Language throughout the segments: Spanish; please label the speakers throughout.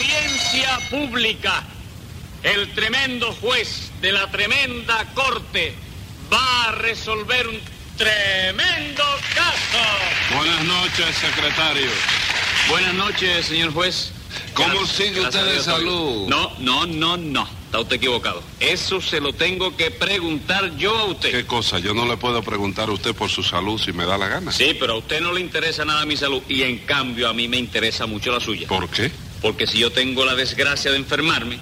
Speaker 1: audiencia pública. El tremendo juez de la tremenda corte va a resolver un tremendo caso.
Speaker 2: Buenas noches, secretario.
Speaker 1: Buenas noches, señor juez.
Speaker 2: ¿Cómo
Speaker 1: Gracias-
Speaker 2: sigue
Speaker 1: gracias
Speaker 2: usted
Speaker 1: a
Speaker 2: de
Speaker 1: Dios,
Speaker 2: salud?
Speaker 1: No, no, no, no. Está usted equivocado. Eso se lo tengo que preguntar yo a usted.
Speaker 2: ¿Qué cosa? Yo no le puedo preguntar a usted por su salud si me da la gana.
Speaker 1: Sí, pero a usted no le interesa nada mi salud y en cambio a mí me interesa mucho la suya.
Speaker 2: ¿Por qué?
Speaker 1: Porque si yo tengo la desgracia de enfermarme,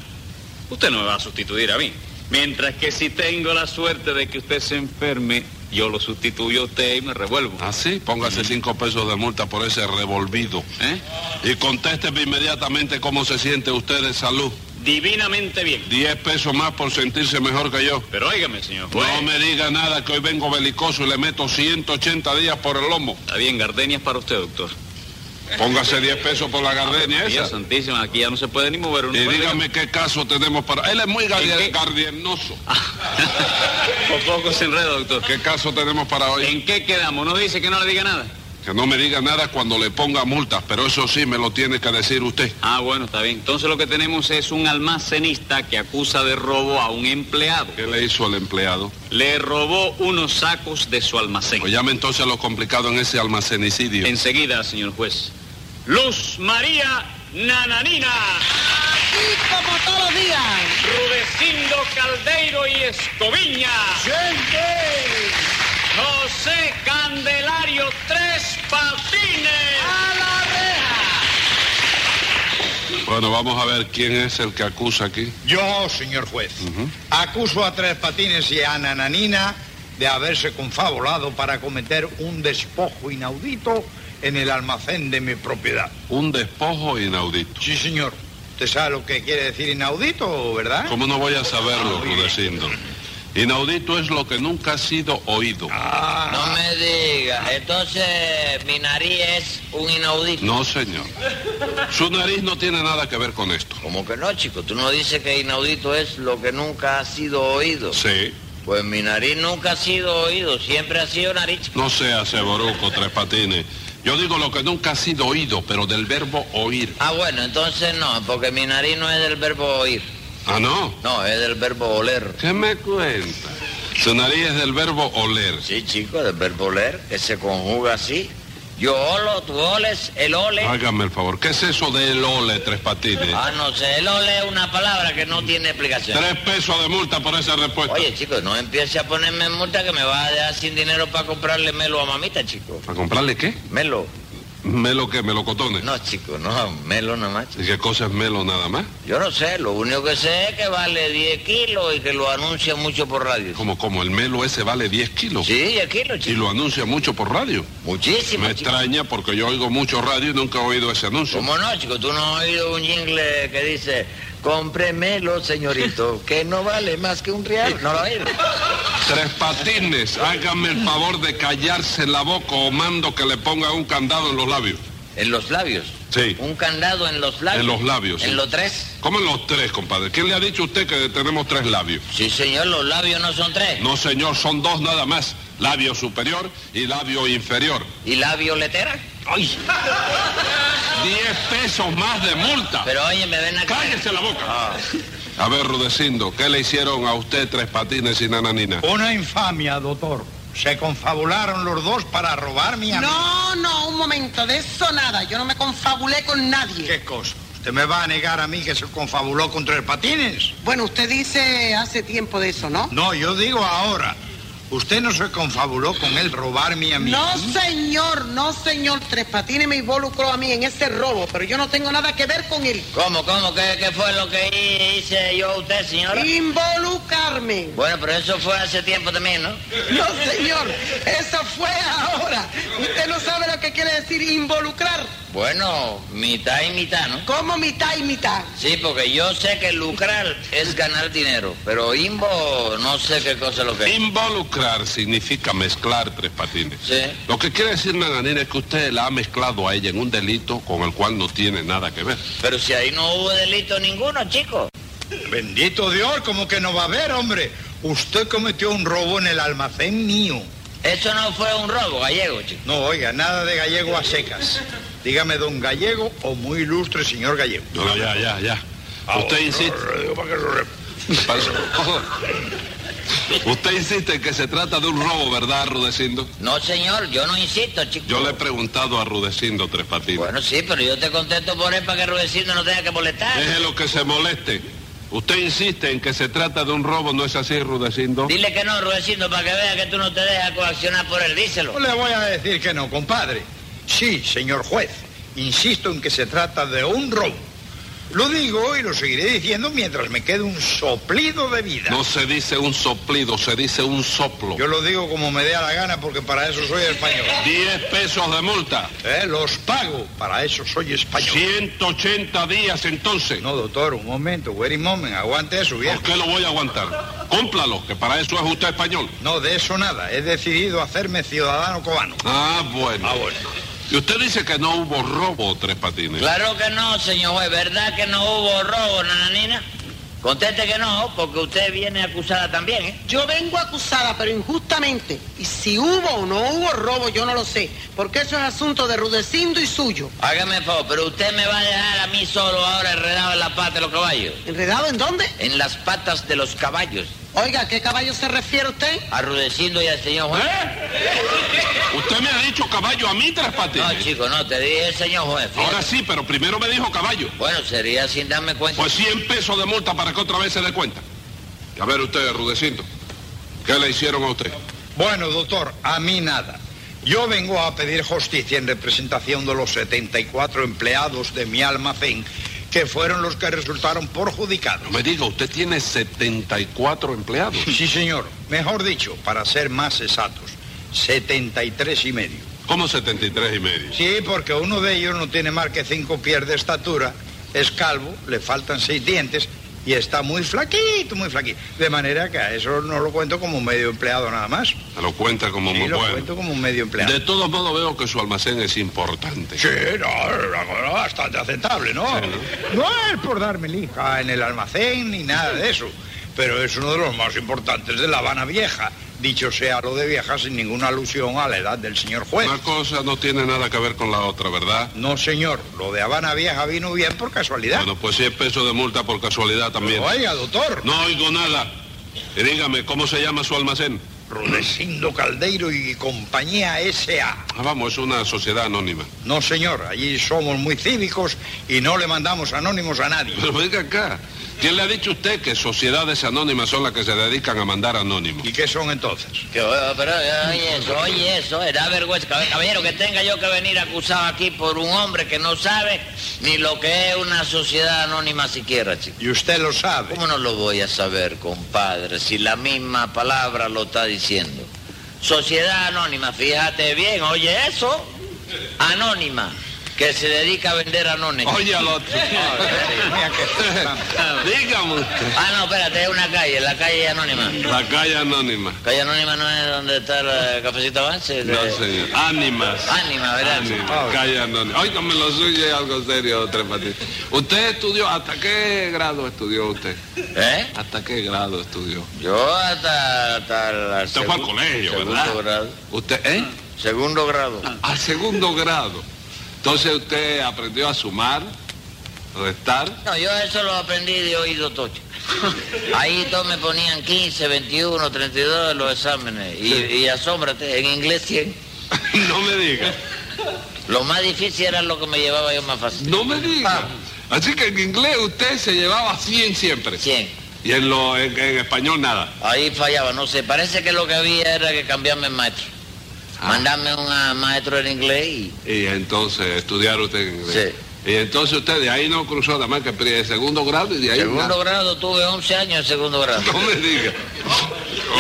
Speaker 1: usted no me va a sustituir a mí. Mientras que si tengo la suerte de que usted se enferme, yo lo sustituyo a usted y me revuelvo.
Speaker 2: Ah, sí, póngase cinco pesos de multa por ese revolvido.
Speaker 1: ¿Eh?
Speaker 2: Y contésteme inmediatamente cómo se siente usted de salud.
Speaker 1: Divinamente bien.
Speaker 2: Diez pesos más por sentirse mejor que yo.
Speaker 1: Pero óigame, señor juez.
Speaker 2: No me diga nada que hoy vengo belicoso y le meto 180 días por el lomo.
Speaker 1: Está bien, gardenias para usted, doctor.
Speaker 2: Póngase 10 pesos por la gardenia
Speaker 1: María
Speaker 2: esa.
Speaker 1: santísima, aquí ya no se puede ni mover uno.
Speaker 2: Y
Speaker 1: Pues,
Speaker 2: dígame qué caso tenemos para... Él es muy
Speaker 1: ¿En qué?
Speaker 2: gardien- gardiernoso.
Speaker 1: dígame. Por poco se enreda, doctor.
Speaker 2: ¿Qué caso tenemos para hoy?
Speaker 1: ¿En qué quedamos? ¿No dice que no le diga nada?
Speaker 2: Que no me diga nada cuando le ponga multas, pero eso sí me lo tiene que decir usted.
Speaker 1: Ah, bueno, está bien. Entonces lo que tenemos es un almacenista que acusa de robo a un empleado.
Speaker 2: ¿Qué le hizo al empleado?
Speaker 1: Le robó unos sacos de su almacén.
Speaker 2: Pues llame entonces a lo complicado en ese almacenicidio.
Speaker 1: Enseguida, señor juez. Luz María Nananina,
Speaker 3: Y como todos los días.
Speaker 1: Rudecindo Caldeiro y Escoviña, José Candelario Tres Patines.
Speaker 3: ¡A la reja!
Speaker 2: Bueno, vamos a ver quién es el que acusa aquí.
Speaker 4: Yo, señor juez, acuso a Tres Patines y a Nananina de haberse confabulado para cometer un despojo inaudito en el almacén de mi propiedad.
Speaker 2: Un despojo inaudito.
Speaker 4: Sí, señor. Usted sabe lo que quiere decir inaudito, ¿verdad?
Speaker 2: ¿Cómo no voy a saberlo, Rudecindo? Inaudito es lo que nunca ha sido oído.
Speaker 5: No me digas. Entonces, mi nariz es un inaudito.
Speaker 2: No, señor. Su nariz no tiene nada que ver con esto.
Speaker 5: ¿Cómo que no, chico? Tú no dices que inaudito es lo que nunca ha sido oído.
Speaker 2: Sí.
Speaker 5: Pues mi nariz nunca ha sido oído. Siempre ha sido nariz.
Speaker 2: No sea ceboruco, tres patines. Yo digo lo que nunca ha sido oído, pero del verbo oír.
Speaker 5: Ah, bueno, entonces no, porque mi nariz no es del verbo oír.
Speaker 2: Ah, no.
Speaker 5: No, es del verbo oler.
Speaker 2: ¿Qué me cuenta? Su nariz es del verbo oler.
Speaker 5: Sí, chico, del verbo oler, que se conjuga así. Yo olo, tú oles, él ole.
Speaker 2: Hágame el favor. ¿Qué es eso del ole, tres patines?
Speaker 5: Ah, no sé, él ole es una palabra que no tiene explicación.
Speaker 2: Tres pesos de multa por esa respuesta.
Speaker 5: Oye, chicos, no empiece a ponerme en multa que me va a dejar sin dinero para comprarle melo a mamita, chico.
Speaker 2: ¿Para comprarle qué?
Speaker 5: Melo.
Speaker 2: Melo que melocotones.
Speaker 5: No, chico, no, melo nada más. chico.
Speaker 2: ¿Y qué cosa es melo nada más?
Speaker 5: Yo no sé, lo único que sé es que vale 10 kilos y que lo anuncia mucho por radio. chico.
Speaker 2: Como, como el melo ese vale 10 kilos.
Speaker 5: Sí, 10 kilos,
Speaker 2: Y
Speaker 5: chico.
Speaker 2: lo anuncia mucho por radio.
Speaker 5: Muchísimo,
Speaker 2: Me
Speaker 5: chico.
Speaker 2: extraña porque yo oigo mucho radio y nunca he oído ese anuncio.
Speaker 5: ¿Cómo no, chico? ¿Tú no has oído un jingle que dice, cómpremelo, señorito, que no vale más que un real? ¿No lo has oído?
Speaker 2: Tres patines, hágame el favor de callarse la boca o mando que le ponga un candado en los labios.
Speaker 5: En los labios.
Speaker 2: Sí.
Speaker 5: Un candado en los labios.
Speaker 2: En los labios, sí.
Speaker 5: En los tres.
Speaker 2: ¿Cómo en los tres, compadre? ¿Quién le ha dicho a usted que tenemos tres labios?
Speaker 5: Sí, señor, los labios no son tres.
Speaker 2: No, señor, son dos nada más. Labio superior y labio inferior.
Speaker 5: ¿Y la violetera?
Speaker 2: ¡Ay! Diez pesos más de multa.
Speaker 5: Pero oye, me ven acá.
Speaker 2: ¡Cállese la boca! A ver, Rudecindo, ¿qué le hicieron a usted tres patines y nananina?
Speaker 4: Una infamia, doctor. Se confabularon los dos para robar mi amigo.
Speaker 3: No, no, un momento, de eso nada. Yo no me confabulé con nadie.
Speaker 4: ¿Qué cosa? ¿Usted me va a negar a mí que se confabuló con Tres Patines?
Speaker 3: Bueno, usted dice hace tiempo de eso, ¿no?
Speaker 4: No, yo digo ahora. Usted no se confabuló con él robar mi amigo.
Speaker 3: No, señor, no, señor. Tres Patines me involucró a mí en ese robo, pero yo no tengo nada que ver con él.
Speaker 5: ¿Cómo, cómo? ¿Qué, qué fue lo que hi- hice yo a usted, señora?
Speaker 3: Involucrarme.
Speaker 5: Bueno, pero eso fue hace tiempo también, ¿no?
Speaker 3: No, señor, eso fue ahora. Usted no sabe lo que quiere decir involucrar.
Speaker 5: Bueno, mitad y mitad, ¿no?
Speaker 3: Como mitad y mitad.
Speaker 5: Sí, porque yo sé que lucrar es ganar dinero, pero imbo no sé qué cosa es lo que es.
Speaker 2: Involucrar significa mezclar tres patines.
Speaker 5: Sí.
Speaker 2: Lo que quiere decir Nananina es que usted la ha mezclado a ella en un delito con el cual no tiene nada que ver.
Speaker 5: Pero si ahí no hubo delito ninguno, chico.
Speaker 4: Bendito Dios, como que no va a haber, hombre. Usted cometió un robo en el almacén mío.
Speaker 5: Eso no fue un robo, gallego, chico.
Speaker 4: No, oiga, nada de gallego a secas. Dígame, don Gallego o muy ilustre señor Gallego.
Speaker 2: No, no, ya, ya, ya. Usted insiste. Usted insiste en que se trata de un robo, ¿verdad, Rudecindo?
Speaker 5: No, señor, yo no insisto, chico.
Speaker 2: Yo le he preguntado a Rudecindo Tres Patines.
Speaker 5: Bueno, sí, pero yo te contesto por él para que Rudecindo no tenga que molestar.
Speaker 2: Déjelo que se moleste. Usted insiste en que se trata de un robo, ¿no es así, Rudecindo?
Speaker 5: Dile que no, Rudecindo, para que vea que tú no te dejas coaccionar por él. Díselo.
Speaker 4: No le voy a decir que no, compadre. Sí, señor juez, insisto en que se trata de un robo. Lo digo y lo seguiré diciendo mientras me quede un soplido de vida.
Speaker 2: No se dice un soplido, se dice un soplo.
Speaker 4: Yo lo digo como me dé a la gana porque para eso soy español.
Speaker 2: Diez pesos de multa.
Speaker 4: Eh, Los pago, para eso soy español.
Speaker 2: 180 días entonces.
Speaker 4: No, doctor, un momento, wait a moment, aguante eso, bien.
Speaker 2: ¿Por qué lo voy a aguantar? Cúmplalo, que para eso es usted español.
Speaker 4: No, de eso nada, he decidido hacerme ciudadano cubano.
Speaker 2: Ah, bueno.
Speaker 4: Ah, bueno.
Speaker 2: Y usted dice que no hubo robo, Tres Patines.
Speaker 5: Claro que no, señor juez. ¿Verdad que no hubo robo, nananina? Conteste que no, porque usted viene acusada también, ¿eh?
Speaker 3: Yo vengo acusada, pero injustamente. Y si hubo o no hubo robo, yo no lo sé. Porque eso es asunto de Rudecindo y suyo.
Speaker 5: Hágame el favor, pero usted me va a dejar a mí solo ahora enredado en las patas de los caballos.
Speaker 3: ¿Enredado en dónde?
Speaker 5: En las patas de los caballos.
Speaker 3: Oiga, ¿a qué caballo se refiere usted?
Speaker 5: Arrudeciendo y al señor juez.
Speaker 2: Usted me ha dicho caballo a mí, Tres Patines.
Speaker 5: No, chico, no, te dije el señor juez. fíjate.
Speaker 2: Ahora sí, pero primero me dijo caballo.
Speaker 5: Bueno, sería sin darme cuenta.
Speaker 2: Pues 100 pesos de multa para que otra vez se dé cuenta. Y a ver usted, Rudecindo, ¿qué le hicieron a usted?
Speaker 4: Bueno, doctor, a mí nada. Yo vengo a pedir justicia en representación de los 74 empleados de mi almacén, que fueron los que resultaron perjudicados.
Speaker 2: No me diga, usted tiene 74 empleados.
Speaker 4: Sí, señor. Mejor dicho, para ser más exactos, 73 y medio.
Speaker 2: ¿Cómo 73 y medio?
Speaker 4: Sí, porque uno de ellos no tiene más que cinco pies de estatura, es calvo, le faltan seis dientes y está muy flaquito, muy flaquito. De manera que a eso no lo cuento como medio empleado nada más. Sí,
Speaker 2: Se lo cuenta como muy
Speaker 4: lo
Speaker 2: bueno.
Speaker 4: cuento como medio empleado.
Speaker 2: De todos modos veo que su almacén es importante.
Speaker 4: Sí, no, no, no, bastante aceptable, ¿no? No es por darme lija en el almacén ni nada de eso, pero es uno de los más importantes de La Habana Vieja. Dicho sea lo de vieja sin ninguna alusión a la edad del señor juez.
Speaker 2: Una cosa no tiene nada que ver con la otra, ¿verdad?
Speaker 4: No, señor, lo de Habana Vieja vino bien por casualidad.
Speaker 2: Bueno, pues 100 pesos de multa por casualidad también.
Speaker 4: Oiga, doctor,
Speaker 2: No oigo nada. Y dígame, ¿cómo se llama su almacén?
Speaker 4: Rudecindo Caldeiro y compañía S.A.
Speaker 2: Ah, vamos, es una sociedad anónima.
Speaker 4: No, señor, allí somos muy cívicos y no le mandamos anónimos a nadie.
Speaker 2: Pero venga acá. ¿Quién le ha dicho a usted que sociedades anónimas son las que se dedican a mandar anónimos?
Speaker 4: ¿Y qué son entonces?
Speaker 5: Que, eh, pero, eh, oye eso, oye
Speaker 2: Pues.
Speaker 5: eso, eh, da vergüenza, Cab- caballero, que tenga yo que venir acusado aquí por un hombre que no sabe ni lo que es una sociedad anónima siquiera, chico.
Speaker 4: Y usted lo sabe.
Speaker 5: ¿Cómo no lo voy a saber, compadre, si la misma palabra lo está diciendo? Sociedad anónima, fíjate bien, oye eso, anónima, que se dedica a vender anónimos.
Speaker 2: Oye al otro.
Speaker 4: Mira que-
Speaker 2: Dígame usted.
Speaker 5: Ah, no, espérate, es una calle, la calle anónima.
Speaker 2: La calle anónima.
Speaker 5: Calle anónima no es donde está el eh, cafecito avance.
Speaker 2: No,
Speaker 5: de-
Speaker 2: señor. Ánimas.
Speaker 5: Ánima, ¿verdad?
Speaker 2: Ánima. Calle anónima. Óigame lo suyo es algo serio, Tres Patines. ¿Usted estudió, hasta qué grado estudió usted?
Speaker 5: ¿Eh?
Speaker 2: ¿Hasta qué grado estudió?
Speaker 5: Yo hasta, hasta la
Speaker 2: Usted fue al colegio,
Speaker 5: segundo
Speaker 2: ¿verdad?
Speaker 5: Grado,
Speaker 2: ¿Usted, eh?
Speaker 5: segundo grado.
Speaker 2: Al segundo grado. Entonces usted aprendió a sumar, restar.
Speaker 5: No, yo eso lo aprendí de oído tocho. Ahí todos me ponían 15, 21, 32 en los exámenes. Y, y asómbrate, en inglés 100.
Speaker 2: No me diga.
Speaker 5: Lo más difícil era lo que me llevaba yo más fácil.
Speaker 2: No me diga. Así que en inglés usted se llevaba 100 siempre.
Speaker 5: 100.
Speaker 2: Y en, lo, en, en español nada.
Speaker 5: Ahí fallaba, no sé. Parece que lo que había era que cambiarme el maestro.
Speaker 2: Ah.
Speaker 5: Mandarme un ah, maestro en inglés y...
Speaker 2: Y entonces estudiar usted en inglés. Y entonces usted de ahí no cruzó nada más que pri- de segundo grado y de ahí
Speaker 5: Segundo
Speaker 2: nada.
Speaker 5: grado tuve 11 años en segundo grado.
Speaker 2: No me diga.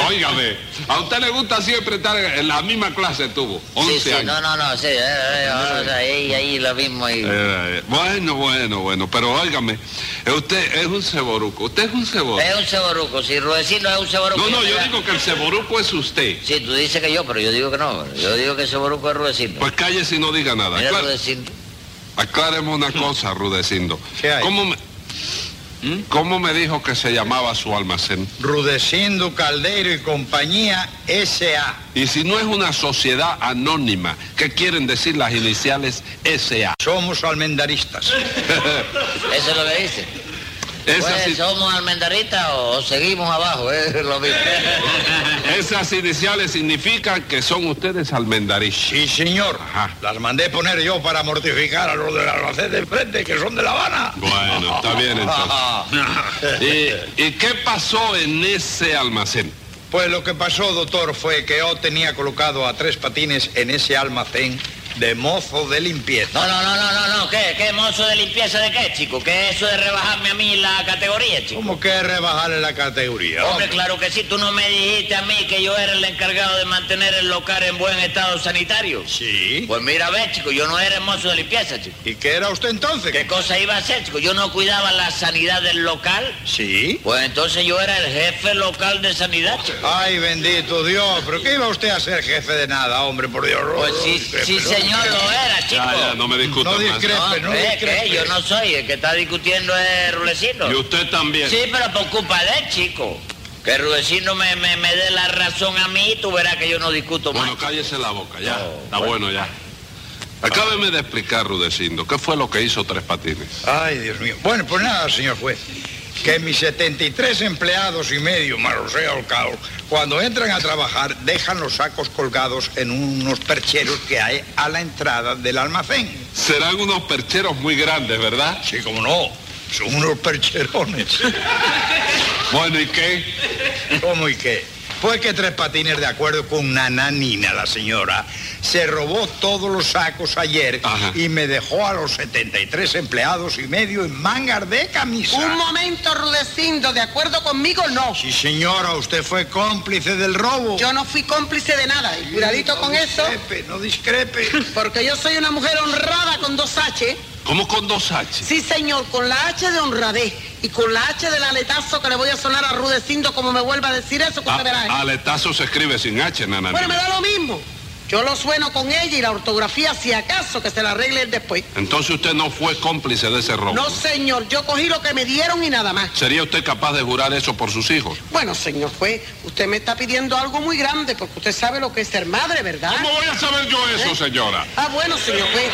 Speaker 2: Óigame, a usted le gusta siempre estar en la misma clase tuvo, 11
Speaker 5: Sí, sí,
Speaker 2: años.
Speaker 5: no, no, no, sí, eh, eh, o sea, ahí, ahí lo mismo ahí.
Speaker 2: Eh, bueno, bueno, bueno, pero óigame, eh, usted es un ceboruco, usted es un ceboruco.
Speaker 5: Es un ceboruco, si Rudecindo es un ceboruco.
Speaker 2: No, no,
Speaker 5: te
Speaker 2: yo
Speaker 5: la-
Speaker 2: digo que el ceboruco es usted.
Speaker 5: Sí, tú dices que yo, pero yo digo que no. Yo digo que ceboruco es Rudecindo.
Speaker 2: Pues cállese y no diga nada.
Speaker 5: Mira
Speaker 2: Acla-
Speaker 5: Rudecindo.
Speaker 2: acláreme una cosa, Rudecindo.
Speaker 4: ¿Qué hay? ¿Mm?
Speaker 2: ¿Cómo me, ¿Cómo me dijo que se llamaba su almacén?
Speaker 4: Rudecindo Caldeiro y compañía S.A.
Speaker 2: Y si no es una sociedad anónima, ¿qué quieren decir las iniciales SA?
Speaker 4: Somos almendaristas.
Speaker 5: Eso es lo que dice.
Speaker 2: Esa,
Speaker 5: Pues,
Speaker 2: sí-
Speaker 5: ¿Somos almendaristas o seguimos abajo? Es lo mismo.
Speaker 2: esas iniciales significan que son ustedes almendarich.
Speaker 4: Sí, señor.
Speaker 2: Ajá.
Speaker 4: Las mandé poner yo para mortificar a los del almacén de frente, que son de La Habana.
Speaker 2: Bueno, está bien entonces. ¿Y, y qué pasó en ese almacén?
Speaker 4: Pues lo que pasó, doctor, fue que yo tenía colocado a tres patines en ese almacén de mozo de limpieza.
Speaker 5: No, no, no, no, no, no. ¿Qué? ¿Qué mozo de limpieza de qué, chico? ¿Qué es eso de rebajarme a mí la categoría, chico?
Speaker 4: ¿Cómo que rebajarle la categoría?
Speaker 5: Hombre, claro que sí. Tú no me dijiste a mí que yo era el encargado de mantener el local en buen estado sanitario.
Speaker 4: Sí.
Speaker 5: Pues mira, ve, chico, yo no era el mozo de limpieza, chico.
Speaker 4: ¿Y qué era usted entonces?
Speaker 5: ¿Qué cosa iba a hacer, chico? Yo no cuidaba la sanidad del local.
Speaker 4: Sí.
Speaker 5: Pues entonces yo era el jefe local de sanidad, chico.
Speaker 4: Ay, bendito Dios, pero ¿qué iba usted a ser jefe de nada, hombre, por Dios?
Speaker 5: Pues sí,
Speaker 4: Hombre,
Speaker 5: sí, señor,
Speaker 4: pero-
Speaker 5: lo era, chico.
Speaker 2: Ya, ya, no me discutan
Speaker 4: No
Speaker 2: más.
Speaker 4: discrepe,
Speaker 5: No,
Speaker 4: no pues.
Speaker 5: ¿qué,
Speaker 4: discrepe.
Speaker 5: qué? Yo no soy, el que está discutiendo es Rulecino.
Speaker 2: Y usted también.
Speaker 5: Sí, pero por culpa de él, chico. Que Rulecino me, me, me dé la razón a mí, tú verás que yo no discuto
Speaker 2: Bueno,
Speaker 5: más.
Speaker 2: cállese la boca, ya. Está bueno, ya. Acábeme de explicar, Rudecindo, ¿qué fue lo que hizo Tres Patines?
Speaker 4: Ay, Dios mío. Bueno, pues nada, señor juez. Que mis 73 empleados y medio, más o sea el caos, cuando entran a trabajar, dejan los sacos colgados en unos percheros que hay a la entrada del almacén.
Speaker 2: Serán unos percheros muy grandes, ¿verdad?
Speaker 4: Sí, como no. Son unos percherones.
Speaker 2: Bueno, ¿y qué?
Speaker 4: ¿Cómo y qué? Fue que Tres Patines, de acuerdo con Nananina, la señora, se robó todos los sacos ayer
Speaker 2: Ajá.
Speaker 4: y me dejó a los 73 empleados y medio en mangas de camisa.
Speaker 3: Un momento, Rudecindo, de acuerdo conmigo, no.
Speaker 4: Sí, señora, usted fue cómplice del robo.
Speaker 3: Yo no fui cómplice de nada. Y cuidadito
Speaker 4: No
Speaker 3: con eso,
Speaker 4: discrepe, no discrepe.
Speaker 3: porque yo soy una mujer honrada con dos H.
Speaker 2: ¿Cómo con dos H?
Speaker 3: Sí, señor, con la H de honradez y con la H del aletazo que le voy a sonar a Rudecindo como me vuelva a decir eso, que usted verá. ¿eh?
Speaker 2: A- Ah, aletazo se escribe sin H, nana.
Speaker 3: Bueno, me da lo mismo. Yo lo sueno con ella y la ortografía, si acaso, que se la arregle él después.
Speaker 2: Entonces usted no fue cómplice de ese robo.
Speaker 3: No, señor, yo cogí lo que me dieron y nada más.
Speaker 2: ¿Sería usted capaz de jurar eso por sus hijos?
Speaker 3: Bueno, señor juez, usted me está pidiendo algo muy grande porque usted sabe lo que es ser madre, ¿verdad?
Speaker 2: ¿Cómo voy a saber yo eso,
Speaker 3: ¿Ah? ¿Eh?
Speaker 2: señora?
Speaker 3: Ah, bueno, señor juez.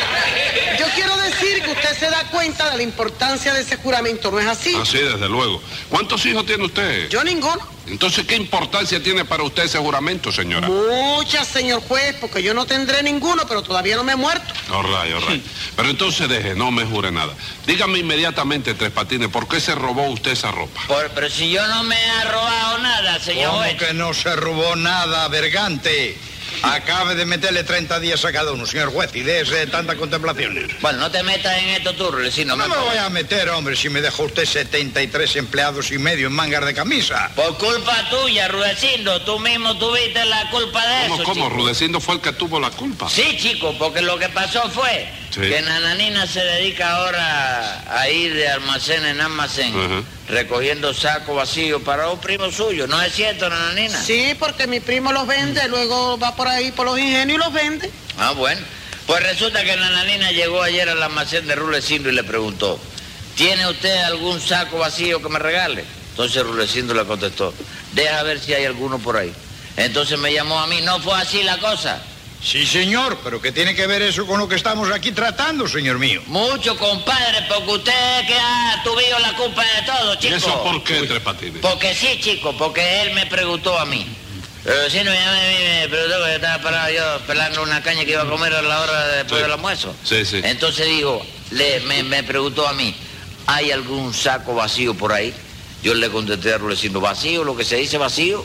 Speaker 3: Yo quiero decir que usted se da cuenta de la importancia de ese juramento, ¿no es así?
Speaker 2: Así, Ah, desde luego. ¿Cuántos hijos tiene usted?
Speaker 3: Yo ninguno.
Speaker 2: Entonces, ¿qué importancia tiene para usted ese juramento, señora?
Speaker 3: Muchas, señor juez, porque yo no tendré ninguno, pero todavía no me he muerto.
Speaker 2: All right, all right. Pero entonces deje, no me jure nada. Dígame inmediatamente, Tres Patines, ¿por qué se robó usted esa ropa?
Speaker 5: Por- pero si yo no me he robado nada, señor
Speaker 4: ¿Cómo
Speaker 5: juez.
Speaker 4: que no se robó nada, Bergante? Acabe de meterle 30 días a cada uno, señor juez, y de ese tantas contemplaciones.
Speaker 5: Bueno, no te metas en esto tú, Rulecino.
Speaker 4: No me
Speaker 5: me
Speaker 4: voy a meter, hombre, si me dejó usted 73 empleados y medio en mangas de camisa.
Speaker 5: Por culpa tuya, Rulecino, tú mismo tuviste la culpa de
Speaker 2: ¿Cómo,
Speaker 5: eso,
Speaker 2: cómo?
Speaker 5: chico.
Speaker 2: Rudecindo fue el que tuvo la culpa.
Speaker 5: Sí, chico, porque lo que pasó fue
Speaker 2: Sí.
Speaker 5: que Nananina se dedica ahora a ir de almacén en almacén,
Speaker 2: Ajá.
Speaker 5: recogiendo sacos vacíos para un primo suyo. ¿No es cierto, Nananina?
Speaker 3: Sí, porque mi primo los vende, luego va por ahí por los ingenios y los vende.
Speaker 5: Ah, bueno. Pues resulta que Nananina llegó ayer al almacén de Rulecindo y le preguntó, ¿tiene usted algún saco vacío que me regale? Entonces Rulecindo le contestó, deja ver si hay alguno por ahí. Entonces me llamó a mí, no fue así la cosa.
Speaker 4: Sí, señor, pero ¿qué tiene que ver eso con lo que estamos aquí tratando, señor mío?
Speaker 5: Mucho, compadre, porque usted es que ha tuvido la culpa de todo,
Speaker 2: ¿Y
Speaker 5: chico.
Speaker 2: eso por qué, Tres Patines?
Speaker 5: Porque sí, chico, porque él me preguntó a mí. El vecino ya me, me preguntó que estaba parado yo pelando una caña que iba a comer a la hora de- después
Speaker 2: Sí.
Speaker 5: del almuerzo.
Speaker 2: Sí, sí.
Speaker 5: Entonces digo, le, me, me preguntó a mí, ¿hay algún saco vacío por ahí? Yo le contesté a Rulecino, vacío, lo que se dice vacío,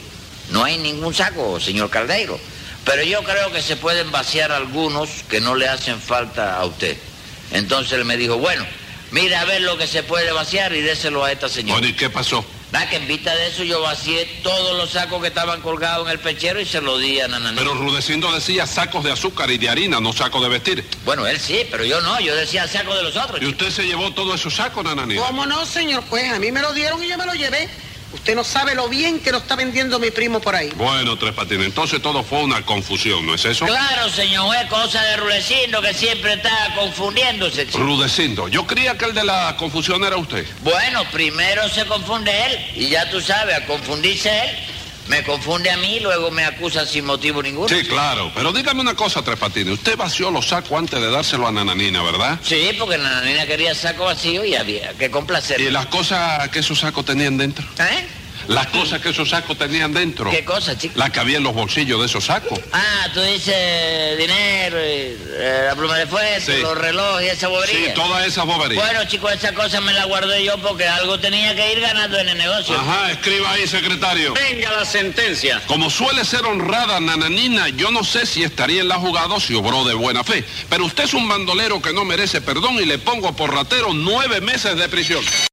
Speaker 5: no hay ningún saco, señor Caldeiro. Pero yo creo que se pueden vaciar algunos que no le hacen falta a usted. Entonces él me dijo, bueno, mira a ver lo que se puede vaciar y déselo a esta señora.
Speaker 2: Bueno, ¿y qué pasó?
Speaker 5: Nada, que en vista de eso yo vacié todos los sacos que estaban colgados en el pechero y se los di a Nananina.
Speaker 2: Pero Rudecindo decía sacos de azúcar y de harina, no sacos de vestir.
Speaker 5: Bueno, él sí, pero yo no, yo decía saco de los otros.
Speaker 2: ¿Y
Speaker 5: chico.
Speaker 2: usted se llevó todos esos sacos, Nananina?
Speaker 3: ¿Cómo no, señor juez? A mí me lo dieron y yo me lo llevé. Usted no sabe lo bien que lo está vendiendo mi primo por ahí.
Speaker 2: Bueno, Tres Patines, entonces todo fue una confusión, ¿no es eso?
Speaker 5: Claro, señor juez, cosa de Rulecino que siempre está confundiéndose. chico.
Speaker 2: Rudecindo, yo creía que el de la confusión era usted.
Speaker 5: Bueno, primero se confunde él y ya tú sabes, al confundirse él, Me confunde a mí y luego me acusan sin motivo ninguno.
Speaker 2: Sí, claro. Pero dígame una cosa, Tres Patines. Usted vació los sacos antes de dárselo a Nananina, ¿verdad?
Speaker 5: Sí, porque la nanina quería saco vacío y había que
Speaker 2: Y
Speaker 5: complacerla.
Speaker 2: las cosas que esos sacos tenían dentro.
Speaker 5: ¿Eh?
Speaker 2: Las cosas que esos sacos tenían dentro.
Speaker 5: ¿Qué cosa, chico?
Speaker 2: Las que había en los bolsillos de esos sacos.
Speaker 5: Ah, tú dices dinero, y, eh, la pluma de fuego,
Speaker 2: Sí.
Speaker 5: los relojes y esa bobería.
Speaker 2: Sí, todas esas boberías.
Speaker 5: Bueno, chicos, esa cosa me la guardé yo porque algo tenía que ir ganando en el negocio.
Speaker 2: Ajá, escriba ahí, secretario.
Speaker 1: Venga la sentencia.
Speaker 2: Como suele ser honrada Nananina, yo no sé si estaría en la jugada o si obró de buena fe. Pero usted es un bandolero que no merece perdón y le pongo por ratero nueve meses de prisión.